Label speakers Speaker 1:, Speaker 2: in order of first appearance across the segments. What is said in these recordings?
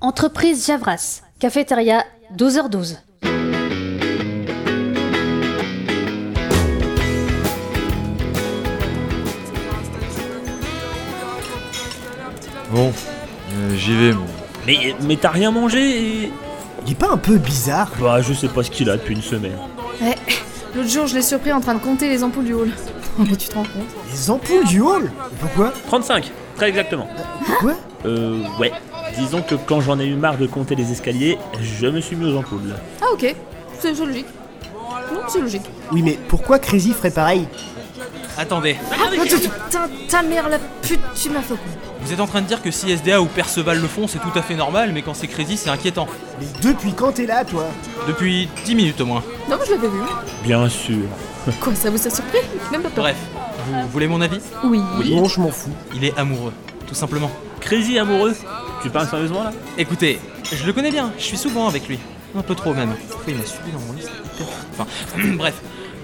Speaker 1: Entreprise Javras, cafétéria 12h12.
Speaker 2: Bon, euh, j'y vais. moi.
Speaker 3: Mais, mais t'as rien mangé et...
Speaker 4: Il est pas un peu bizarre
Speaker 3: Bah, je sais pas ce qu'il a depuis une semaine.
Speaker 5: Ouais. Eh, L'autre jour, je l'ai surpris en train de compter les ampoules du hall. Oh, mais tu te rends compte
Speaker 4: Les ampoules du hall Pourquoi
Speaker 3: 35, très exactement.
Speaker 4: Quoi
Speaker 3: Euh, ouais. Disons que quand j'en ai eu marre de compter les escaliers, je me suis mis aux ampoules.
Speaker 5: Ah, ok. C'est c'est logique. Non, c'est logique.
Speaker 4: Oui, mais pourquoi Crazy ferait pareil
Speaker 6: Attendez,
Speaker 5: Oh, putain, ta mère, la pute, tu m'as fait quoi
Speaker 6: vous êtes en train de dire que si SDA ou Perceval le font, c'est tout à fait normal, mais quand c'est Crazy, c'est inquiétant.
Speaker 4: Mais depuis quand t'es là, toi
Speaker 6: Depuis 10 minutes au moins.
Speaker 5: Non, mais je l'avais vu.
Speaker 3: Bien sûr.
Speaker 5: Quoi, ça vous a surpris Même pas peur.
Speaker 6: Bref, vous voulez mon avis
Speaker 5: Oui.
Speaker 4: Non, je m'en fous.
Speaker 6: Il est amoureux, tout simplement.
Speaker 3: Crazy amoureux Tu parles sérieusement là
Speaker 6: Écoutez, je le connais bien, je suis souvent avec lui. Un peu trop même. Pourquoi il m'a subi dans mon lit c'est hyper- Enfin, bref.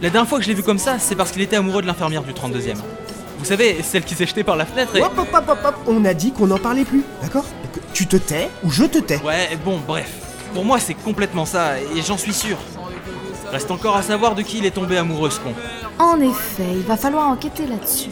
Speaker 6: La dernière fois que je l'ai vu comme ça, c'est parce qu'il était amoureux de l'infirmière du 32ème. Vous savez, celle qui s'est jetée par la fenêtre et...
Speaker 4: Hop, hop, hop, hop, hop, On a dit qu'on n'en parlait plus, d'accord Donc, Tu te tais ou je te tais
Speaker 6: Ouais, bon, bref. Pour moi, c'est complètement ça, et j'en suis sûr. Reste encore à savoir de qui il est tombé amoureux, ce con.
Speaker 5: En effet, il va falloir enquêter là-dessus.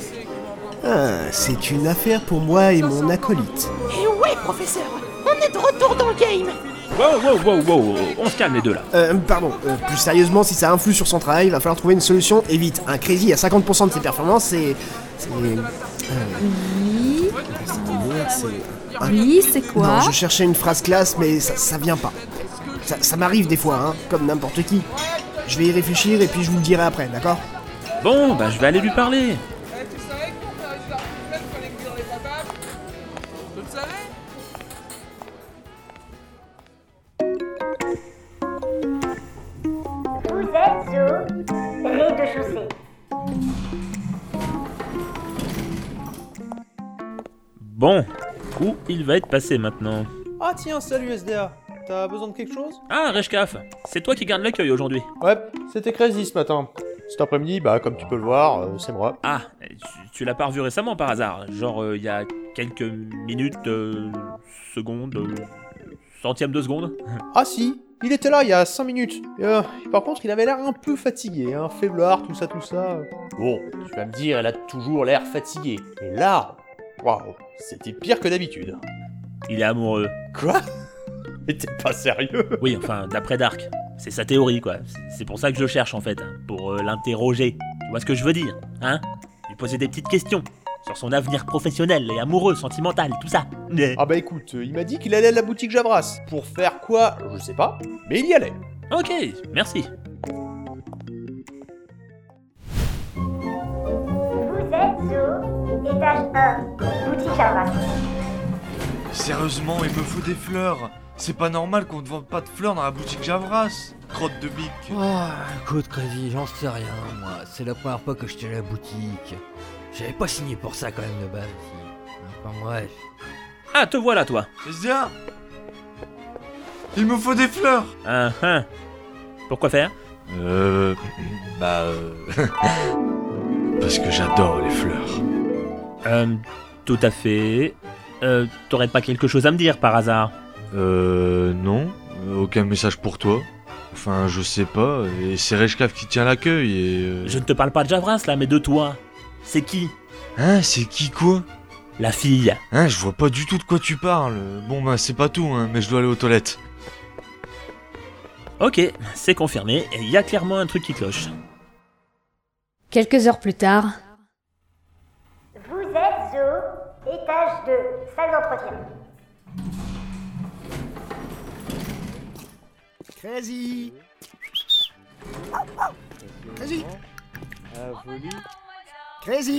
Speaker 4: Ah, c'est une affaire pour moi et mon acolyte.
Speaker 7: Et ouais, professeur, on est de retour dans le game.
Speaker 3: Wow, wow, wow, wow, on se calme les deux là.
Speaker 4: Euh, pardon, euh, plus sérieusement, si ça influe sur son travail, il va falloir trouver une solution et vite. Un Crazy à 50% de ses performances, c'est. C'est.
Speaker 5: Oui,
Speaker 4: c'est-
Speaker 5: oui, c'est
Speaker 4: Non, je cherchais une phrase classe, mais ça, ça vient pas. Ça, ça m'arrive des fois, hein, comme n'importe qui. Je vais y réfléchir et puis je vous le dirai après, d'accord
Speaker 3: Bon, bah je vais aller lui parler.
Speaker 8: Vous êtes au rez-de-chaussée.
Speaker 3: Bon, où il va être passé maintenant
Speaker 9: Ah tiens, salut SDA. T'as besoin de quelque chose
Speaker 3: Ah, Reshkaf, c'est toi qui garde l'accueil aujourd'hui.
Speaker 9: Ouais, c'était Crazy ce matin. Cet après-midi, bah comme tu peux le voir, euh, c'est moi.
Speaker 3: Ah, tu, tu l'as pas revu récemment par hasard Genre euh, il y a quelques minutes, euh, secondes, euh, centièmes de seconde
Speaker 9: Ah si, il était là il y a 5 minutes. Euh, par contre, il avait l'air un peu fatigué, hein, faiblard, tout ça, tout ça. Bon, tu vas me dire, elle a toujours l'air fatiguée. Mais là, waouh, c'était pire que d'habitude.
Speaker 3: Il est amoureux.
Speaker 9: Quoi Mais t'es pas sérieux
Speaker 3: Oui, enfin, d'après Dark. C'est sa théorie, quoi. C'est pour ça que je le cherche, en fait. hein, Pour euh, l'interroger. Tu vois ce que je veux dire Hein Lui poser des petites questions. Sur son avenir professionnel et amoureux, sentimental, tout ça. Mais-
Speaker 9: Ah bah écoute, euh, il m'a dit qu'il allait à la boutique Javras. Pour faire quoi Je sais pas, mais il y allait.
Speaker 3: Ok, merci.
Speaker 8: Vous êtes au étage 1, boutique Jarras.
Speaker 10: Sérieusement, il me faut des fleurs. C'est pas normal qu'on ne vende pas de fleurs dans la boutique Javras. Crotte de bique.
Speaker 11: écoute, Crazy, j'en sais rien, moi. C'est la première fois que j'étais à la boutique. J'avais pas signé pour ça, quand même, de base. Enfin, bref.
Speaker 3: Ah, te voilà, toi.
Speaker 10: SDA Il me faut des fleurs
Speaker 3: Hein, hein. Pourquoi faire
Speaker 10: Euh. Bah. euh,
Speaker 2: euh,
Speaker 10: Parce que j'adore les fleurs.
Speaker 3: Euh, tout à fait. Euh, t'aurais pas quelque chose à me dire par hasard
Speaker 2: Euh. Non, euh, aucun message pour toi. Enfin, je sais pas, et c'est Reshkaf qui tient l'accueil et. euh,
Speaker 3: Je ne te parle pas de Javras, là, mais de toi. C'est qui
Speaker 2: Hein, c'est qui quoi
Speaker 3: La fille.
Speaker 2: Hein, je vois pas du tout de quoi tu parles. Bon, bah, c'est pas tout, hein, mais je dois aller aux toilettes.
Speaker 3: Ok, c'est confirmé. Il y a clairement un truc qui cloche.
Speaker 1: Quelques heures plus tard,
Speaker 8: Vous êtes au étage 2, salle d'entretien.
Speaker 4: Crazy Crazy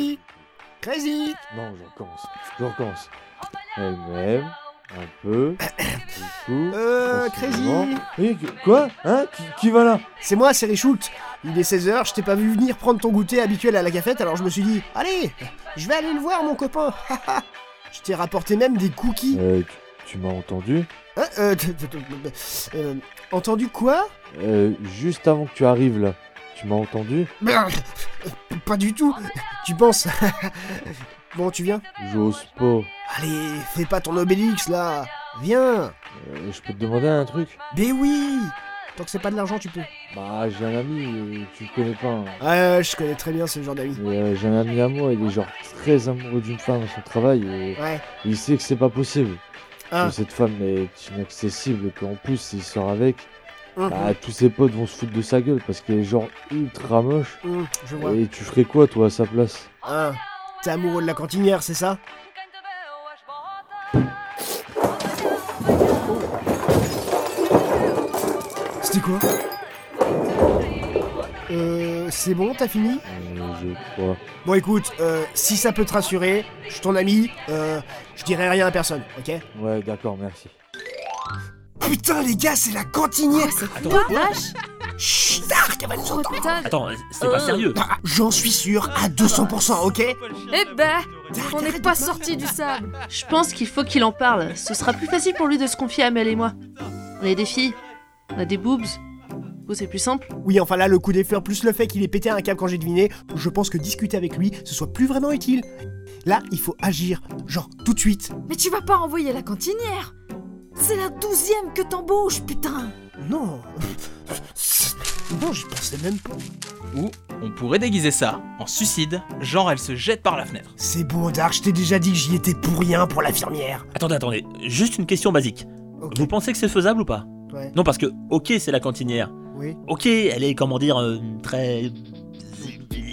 Speaker 4: Crazy Crazy
Speaker 11: Non, je recommence. Je recommence. Elle m'aime. Un peu. Du coup.
Speaker 4: Euh, Crazy
Speaker 11: Oui, quoi Hein qui, va là
Speaker 4: C'est moi, c'est Richoult. Il est 16h, je t'ai pas vu venir prendre ton goûter habituel à la cafette, alors je me suis dit, allez, je vais aller le voir, mon copain. je t'ai rapporté même des cookies.
Speaker 11: Euh, tu, m'as entendu
Speaker 4: Hein, euh, t- t- t- euh, entendu quoi
Speaker 12: Euh,
Speaker 11: Juste avant que tu arrives là. Tu m'as entendu
Speaker 4: Ben, Pas du tout. Tu penses Bon, tu viens
Speaker 11: J'ose pas.
Speaker 4: Allez, fais pas ton obélix là. Viens
Speaker 12: Euh, je peux te demander un truc
Speaker 4: Mais oui Tant que c'est pas de l'argent, tu peux.
Speaker 12: Bah, j'ai un ami, euh, tu le connais pas. hein.
Speaker 4: Ouais, je connais très bien ce genre d'amis.
Speaker 12: Mais, euh, j'ai un ami à moi, il est genre très amoureux d'une femme à son travail et
Speaker 4: Ouais.
Speaker 12: il sait que c'est pas possible.
Speaker 4: Ah.
Speaker 12: Que cette femme est inaccessible et qu'en plus, s'il sort avec,
Speaker 4: Mhm.
Speaker 12: bah, tous ses potes vont se foutre de sa gueule parce qu'elle est genre ultra moche.
Speaker 4: Hum, je vois.
Speaker 12: Et tu ferais quoi, toi, à sa place
Speaker 4: Hein, T'es amoureux de la cantinière, c'est ça C'était quoi Euh, c'est bon, t'as fini
Speaker 12: Euh, Je crois.
Speaker 4: Bon, écoute, euh, si ça peut te rassurer, je suis ton ami, euh, je dirai rien à personne, ok
Speaker 12: Ouais, d'accord, merci.
Speaker 4: Putain, les gars, c'est la cantinière
Speaker 3: Attends,
Speaker 4: Chut, Dark, elle va nous entendre
Speaker 3: Attends, c'est pas sérieux.
Speaker 4: Ah, J'en suis sûr, à 200%, ok
Speaker 5: Eh ben, on n'est pas sorti du sable.
Speaker 13: Je pense qu'il faut qu'il en parle. Ce sera plus facile pour lui de se confier à Mel et moi. On est des filles. On a des boobs. Vous, c'est plus simple.
Speaker 4: Oui, enfin là, le coup des fleurs plus le fait qu'il ait pété un câble quand j'ai deviné, je pense que discuter avec lui, ce soit plus vraiment utile. Là, il faut agir, genre tout de suite.
Speaker 14: Mais tu vas pas renvoyer la cantinière C'est la douzième que t'embauches, putain
Speaker 4: Non Non, j'y pensais même pas.
Speaker 6: Ou on pourrait déguiser ça en suicide, genre elle se jette par la fenêtre.
Speaker 4: C'est bon, Dark, je t'ai déjà dit que j'y étais pour rien pour l'infirmière.
Speaker 3: Attendez, attendez, juste une question basique. Vous pensez que c'est faisable ou pas
Speaker 4: Ouais.
Speaker 3: Non, parce que, ok, c'est la cantinière.
Speaker 4: Oui.
Speaker 3: Ok, elle est, comment dire, euh, très.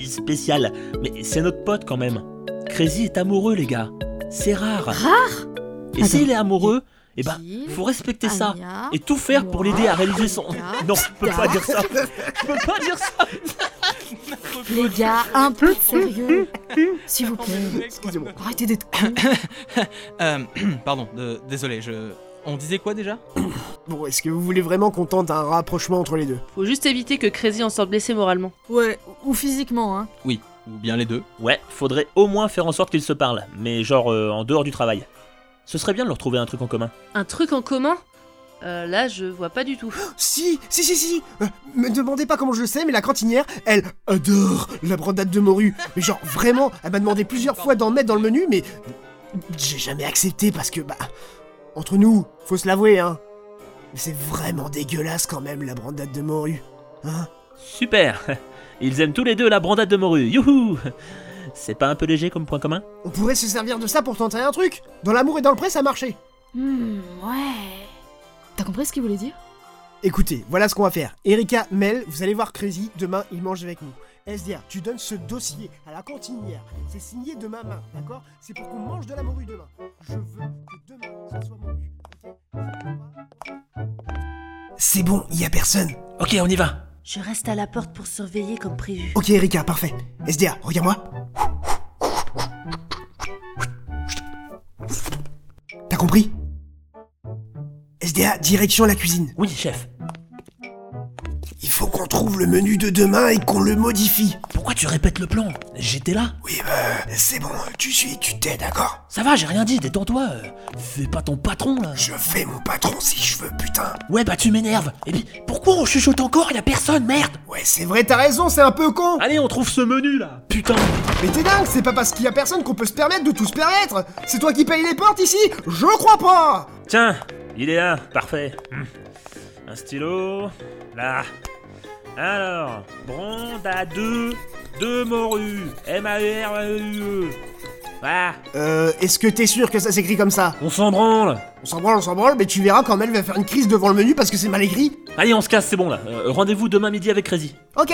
Speaker 3: spéciale. Mais c'est notre pote quand même. Crazy est amoureux, les gars. C'est rare.
Speaker 13: Rare
Speaker 3: Et s'il est amoureux, eh ben, faut
Speaker 5: Ah
Speaker 3: respecter ça.
Speaker 5: hein.
Speaker 13: Anya,
Speaker 3: Et tout faire pour l'aider à réaliser son. Non, je peux pas
Speaker 13: Dark.
Speaker 3: dire ça. Je peux pas dire ça.
Speaker 14: Les gars, un peu de sérieux S'il vous plaît, excusez-moi, arrêtez d'être con
Speaker 6: Euh, pardon, euh, désolé, je. On disait quoi déjà
Speaker 4: Bon, est-ce que vous voulez vraiment qu'on tente un rapprochement entre les deux
Speaker 13: Faut juste éviter que Crazy en sorte blessé moralement.
Speaker 14: Ouais, ou physiquement, hein.
Speaker 6: Oui, ou bien les deux.
Speaker 3: Ouais, faudrait au moins faire en sorte qu'ils se parlent, mais genre euh, en dehors du travail. Ce serait bien de leur trouver un truc en commun.
Speaker 13: Un truc en commun Euh, Là, je vois pas du tout.
Speaker 4: Si, si, si, si Euh, Me demandez pas comment je le sais, mais la cantinière, elle adore la brandade de morue. Mais genre, vraiment, elle m'a demandé plusieurs fois d'en mettre dans le menu, mais j'ai jamais accepté parce que, bah, entre nous, faut se l'avouer, hein. Mais c'est vraiment dégueulasse quand même, la brandade de morue. Hein
Speaker 3: Super Ils aiment tous les deux la brandade de morue, youhou C'est pas un peu léger comme point commun
Speaker 4: On pourrait se servir de ça pour tenter un truc. Dans l'amour et dans le prêt, ça marchait.
Speaker 14: Hmm, ouais... T'as compris ce qu'il voulait dire
Speaker 4: Écoutez, voilà ce qu'on va faire. Erika, Mel, vous allez voir Crazy, demain il mange avec nous. SDR, tu donnes ce dossier à la cantinière. C'est signé de ma main, d'accord C'est pour qu'on mange de la morue demain. Je veux que demain, ça soit mon but, ok C'est bon, il y a personne.
Speaker 3: Ok, on y va.
Speaker 13: Je reste à la porte pour surveiller comme prévu.
Speaker 4: Ok, Erika, parfait. SDR, regarde-moi. T'as compris SDA, direction la cuisine.
Speaker 3: Oui, chef.
Speaker 4: Il faut qu'on trouve le menu de demain et qu'on le modifie.
Speaker 3: Pourquoi tu répètes le plan J'étais là
Speaker 4: Oui, bah, c'est bon, tu suis, tu t'es, d'accord
Speaker 3: Ça va, j'ai rien dit, détends-toi. euh, Fais pas ton patron là.
Speaker 4: Je fais mon patron si je veux, putain.
Speaker 3: Ouais, bah tu m'énerves. Et puis, pourquoi on chuchote encore Y'a personne, merde
Speaker 4: Ouais, c'est vrai, t'as raison, c'est un peu con
Speaker 3: Allez, on trouve ce menu là Putain
Speaker 4: Mais t'es dingue, c'est pas parce qu'il y a personne qu'on peut se permettre de tout se permettre C'est toi qui paye les portes ici Je crois pas
Speaker 3: Tiens, il est là, parfait. Hum. Un stylo, là. Alors, bronde à deux, deux morues, E M-A-E-R-E-U-E. Voilà.
Speaker 4: Euh, est-ce que t'es sûr que ça s'écrit comme ça
Speaker 3: Ah, On s'en branle
Speaker 4: On s'en branle, on s'en branle, mais tu verras quand Mel va faire une crise devant le menu parce que c'est mal écrit
Speaker 3: Allez, on se casse, c'est bon là. Euh, Rendez-vous demain midi avec Crazy.
Speaker 4: Ok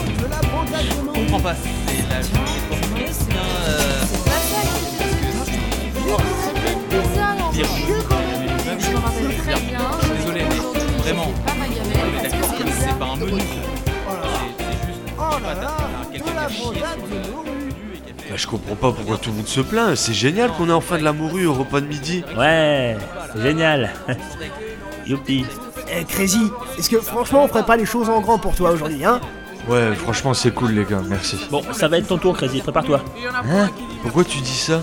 Speaker 6: Je comprends pas. C'est la Non, euh, Désolé, mais vraiment, on est d'accord que c'est pas un menu.
Speaker 4: Oh là là De la brandade de
Speaker 2: Bah, je comprends pas pourquoi tout le monde se plaint. C'est génial qu'on ait enfin de la morue au repas de midi.
Speaker 3: Ouais, génial. Youpi.
Speaker 4: Eh, Crazy, est-ce que franchement on ferait pas les choses en grand pour toi aujourd'hui, hein
Speaker 2: Ouais, franchement, c'est cool, les gars, merci.
Speaker 3: Bon, ça va être ton tour, Crazy, prépare-toi.
Speaker 2: Hein Pourquoi tu dis ça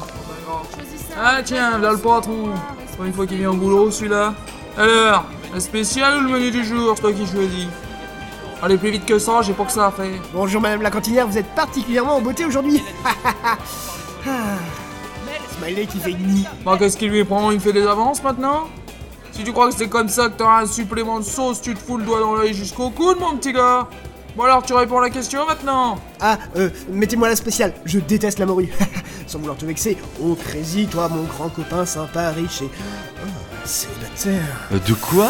Speaker 15: Ah tiens, là le patron. Pour une fois qu'il vient au boulot, celui-là. Alors, la spéciale ou le menu du jour, c'est toi qui choisis Allez plus vite que ça, j'ai pas que ça à faire.
Speaker 4: Bonjour madame la cantinière, vous êtes particulièrement en beauté aujourd'hui Ah. Smiley qui fait ni.
Speaker 15: Bah qu'est-ce qu'il lui prend Il fait des avances maintenant Si tu crois que c'est comme ça que t'auras un supplément de sauce, tu te fous le doigt dans l'œil jusqu'au coude, mon petit gars Bon alors, tu réponds à la question maintenant
Speaker 4: Ah, euh, mettez-moi la spéciale, je déteste la morue. Sans vouloir te vexer, oh Crazy, toi mon grand copain sympa, riche et. Oh, célibataire.
Speaker 2: Euh, De quoi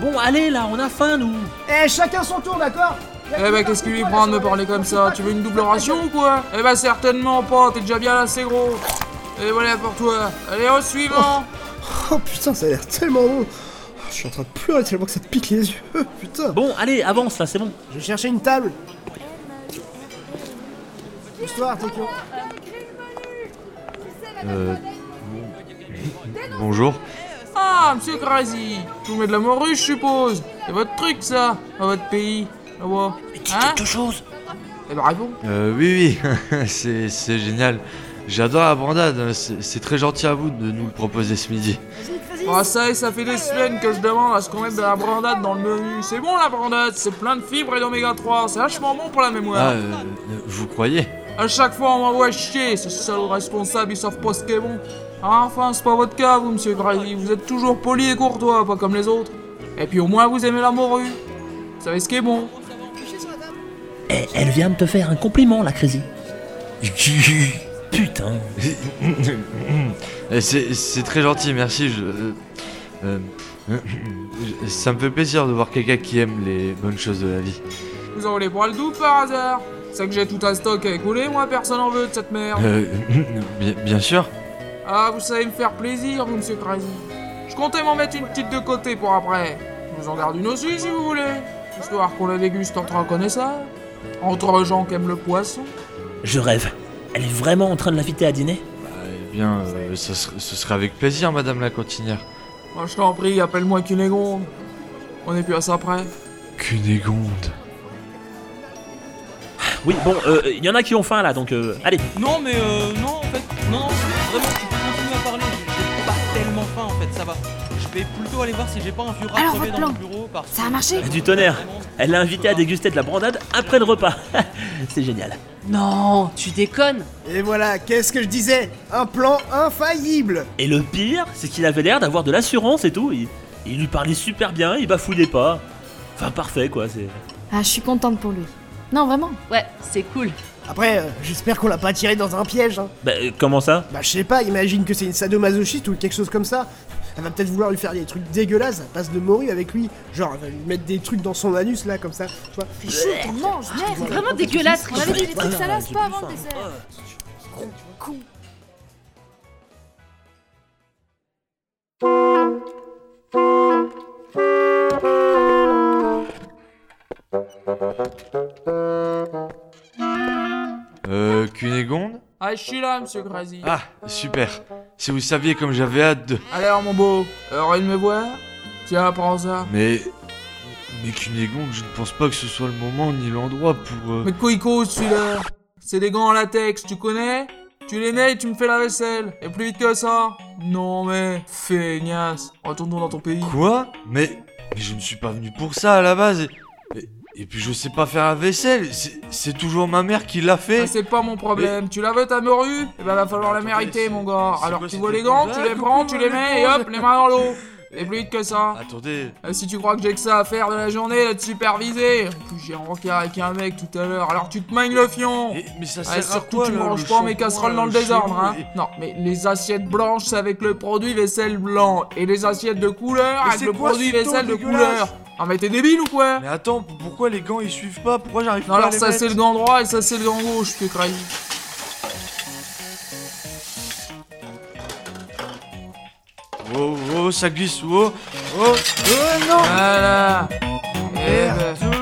Speaker 3: Bon, allez là, on a faim nous
Speaker 4: Eh, chacun son tour, d'accord
Speaker 15: Eh bah qu'est-ce qu'il lui prend de me parler comme ça Tu veux une double ration ou quoi Eh bah certainement pas, t'es déjà bien assez gros Et voilà pour toi Allez, au suivant
Speaker 4: Oh putain, ça a l'air tellement bon. Je suis en train de pleurer tellement que ça te pique les yeux, Oh, putain.
Speaker 3: Bon, allez, avance là, c'est bon.
Speaker 4: Je vais chercher une table. Bonsoir, Tokyo.
Speaker 2: Euh... Bonjour.
Speaker 15: Ah, monsieur Crazy Je vous mets de la morue, je suppose C'est votre truc, ça, dans votre pays, là-bas Hein quelque chose Eh bah réponds
Speaker 2: Euh, oui, oui, c'est c'est génial. J'adore la brandade, c'est c'est très gentil à vous de nous le proposer ce midi.
Speaker 15: Ah ça y est, ça fait des semaines que je demande à ce qu'on mette de la brandade dans le menu. C'est bon la brandade, c'est plein de fibres et d'oméga 3, c'est vachement bon pour la mémoire.
Speaker 2: Ah, euh, vous croyez
Speaker 15: À chaque fois on m'envoie chier, ces salauds responsables ils savent pas ce qu'est bon. Ah, enfin c'est pas votre cas vous monsieur Grady, vous êtes toujours poli et courtois, pas comme les autres. Et puis au moins vous aimez la morue. Vous savez ce qui est bon.
Speaker 3: Eh, elle vient de te faire un compliment la Crazy. Putain.
Speaker 2: Euh, C'est c'est très gentil, merci. Je, euh, euh, je- ça me fait plaisir de voir quelqu'un qui aime les bonnes choses de la vie.
Speaker 15: Vous en voulez pour le doux par hasard C'est que j'ai tout un stock à écouler, moi personne en veut de cette merde.
Speaker 2: Euh, bien, bien sûr.
Speaker 15: Ah, vous savez me faire plaisir, vous, monsieur Crazy. Je comptais m'en mettre une petite de côté pour après. Je vous en garde une aussi, si vous voulez. Histoire qu'on la déguste entre reconnaissants. Entre gens qui aiment le poisson.
Speaker 3: Je rêve. Elle est vraiment en train de l'inviter à dîner
Speaker 2: Eh bien, euh, ça ser- ce serait avec plaisir, madame la cantinière.
Speaker 15: Moi, je t'en prie, appelle-moi Cunégonde. On est plus à ça près.
Speaker 2: Cunégonde.
Speaker 3: Oui, bon, euh, il y en a qui ont faim là, donc euh, allez.
Speaker 6: Non, mais euh, non, en fait, non, non, vraiment, tu peux continuer à parler. J'ai pas tellement faim, en fait, ça va. Je vais plutôt aller voir si j'ai pas un vieux rat
Speaker 14: Alors,
Speaker 6: crevé
Speaker 14: votre
Speaker 6: dans
Speaker 14: plan
Speaker 6: mon bureau par.
Speaker 14: Ça a marché
Speaker 3: Du tonnerre. Elle l'a invité à déguster de la brandade après le repas. c'est génial.
Speaker 13: Non, tu déconnes
Speaker 4: Et voilà, qu'est-ce que je disais Un plan infaillible
Speaker 3: Et le pire, c'est qu'il avait l'air d'avoir de l'assurance et tout. Il, il lui parlait super bien, il bafouillait pas. Enfin, parfait quoi, c'est.
Speaker 5: Ah, je suis contente pour lui. Non, vraiment
Speaker 13: Ouais, c'est cool.
Speaker 4: Après, euh, j'espère qu'on l'a pas tiré dans un piège, hein.
Speaker 3: Bah, euh, comment ça
Speaker 4: Bah, je sais pas, imagine que c'est une sadomasochiste ou quelque chose comme ça. Elle va peut-être vouloir lui faire des trucs dégueulasses, à passe de morue avec lui. Genre, elle va lui mettre des trucs dans son anus, là, comme ça. Tu vois
Speaker 14: Chier, t'en manges, merde
Speaker 5: C'est vraiment dégueulasse,
Speaker 14: On avait dit les trucs
Speaker 5: Crazy.
Speaker 14: salaces pas avant le dessert Gros con
Speaker 2: Euh, Cunégonde
Speaker 15: Ah, je suis là, monsieur Crazy.
Speaker 2: Ah, super. Si vous saviez comme j'avais hâte de.
Speaker 15: Alors, mon beau, heureux de me voir Tiens, prends ça.
Speaker 2: Mais. Mais Cunégonde, je ne pense pas que ce soit le moment ni l'endroit pour. euh,
Speaker 15: Mais de quoi il cause, celui-là C'est des gants en latex, tu connais Tu les mets et tu me fais la vaisselle. Et plus vite que ça. Non, mais, feignasse. Retournons dans ton pays.
Speaker 2: Quoi mais, mais je ne suis pas venu pour ça à la base. Et, et- et puis je sais pas faire la vaisselle. C'est- C'est toujours ma mère qui l'a fait.
Speaker 15: Ah, c'est pas mon problème. Tu la veux ta morue Eh ben va falloir la mériter, mon gars. Alors tu vois les gants, tu
Speaker 2: Ah,
Speaker 15: les prends, tu les mets et hop, les mains dans l'eau. Et plus vite que ça. Ah,
Speaker 2: Attendez.
Speaker 15: Et Euh, si tu crois que j'ai que ça à faire de la journée, là, de superviser. En plus, J'ai un rencard avec un mec tout à l'heure. Alors tu te manges le fion.
Speaker 2: mais ça
Speaker 15: Ouais,
Speaker 2: sert à
Speaker 15: surtout,
Speaker 2: quoi,
Speaker 15: tu
Speaker 2: le-
Speaker 15: manges
Speaker 2: le
Speaker 15: pas mes
Speaker 2: shampoing,
Speaker 15: casseroles dans le
Speaker 2: le
Speaker 15: désordre, hein.
Speaker 2: shampoing
Speaker 15: Non, mais les assiettes blanches, c'est avec le produit vaisselle blanc. Et les assiettes de couleur,
Speaker 2: Mais
Speaker 15: avec
Speaker 2: c'est
Speaker 15: le
Speaker 2: quoi
Speaker 15: produit
Speaker 2: ce ton
Speaker 15: vaisselle de
Speaker 2: dégueulasse
Speaker 15: couleur. Non, mais t'es débile ou quoi
Speaker 2: Mais attends, p- pourquoi les gants ils suivent pas Pourquoi j'arrive
Speaker 15: Non,
Speaker 2: pas à
Speaker 15: alors
Speaker 2: les
Speaker 15: ça,
Speaker 2: mettre
Speaker 15: c'est le gant droit et ça, c'est le gant gauche, tu crazy.
Speaker 2: Oh, oh, ça glisse, oh, oh, oh, non
Speaker 15: Voilà. Eh ben,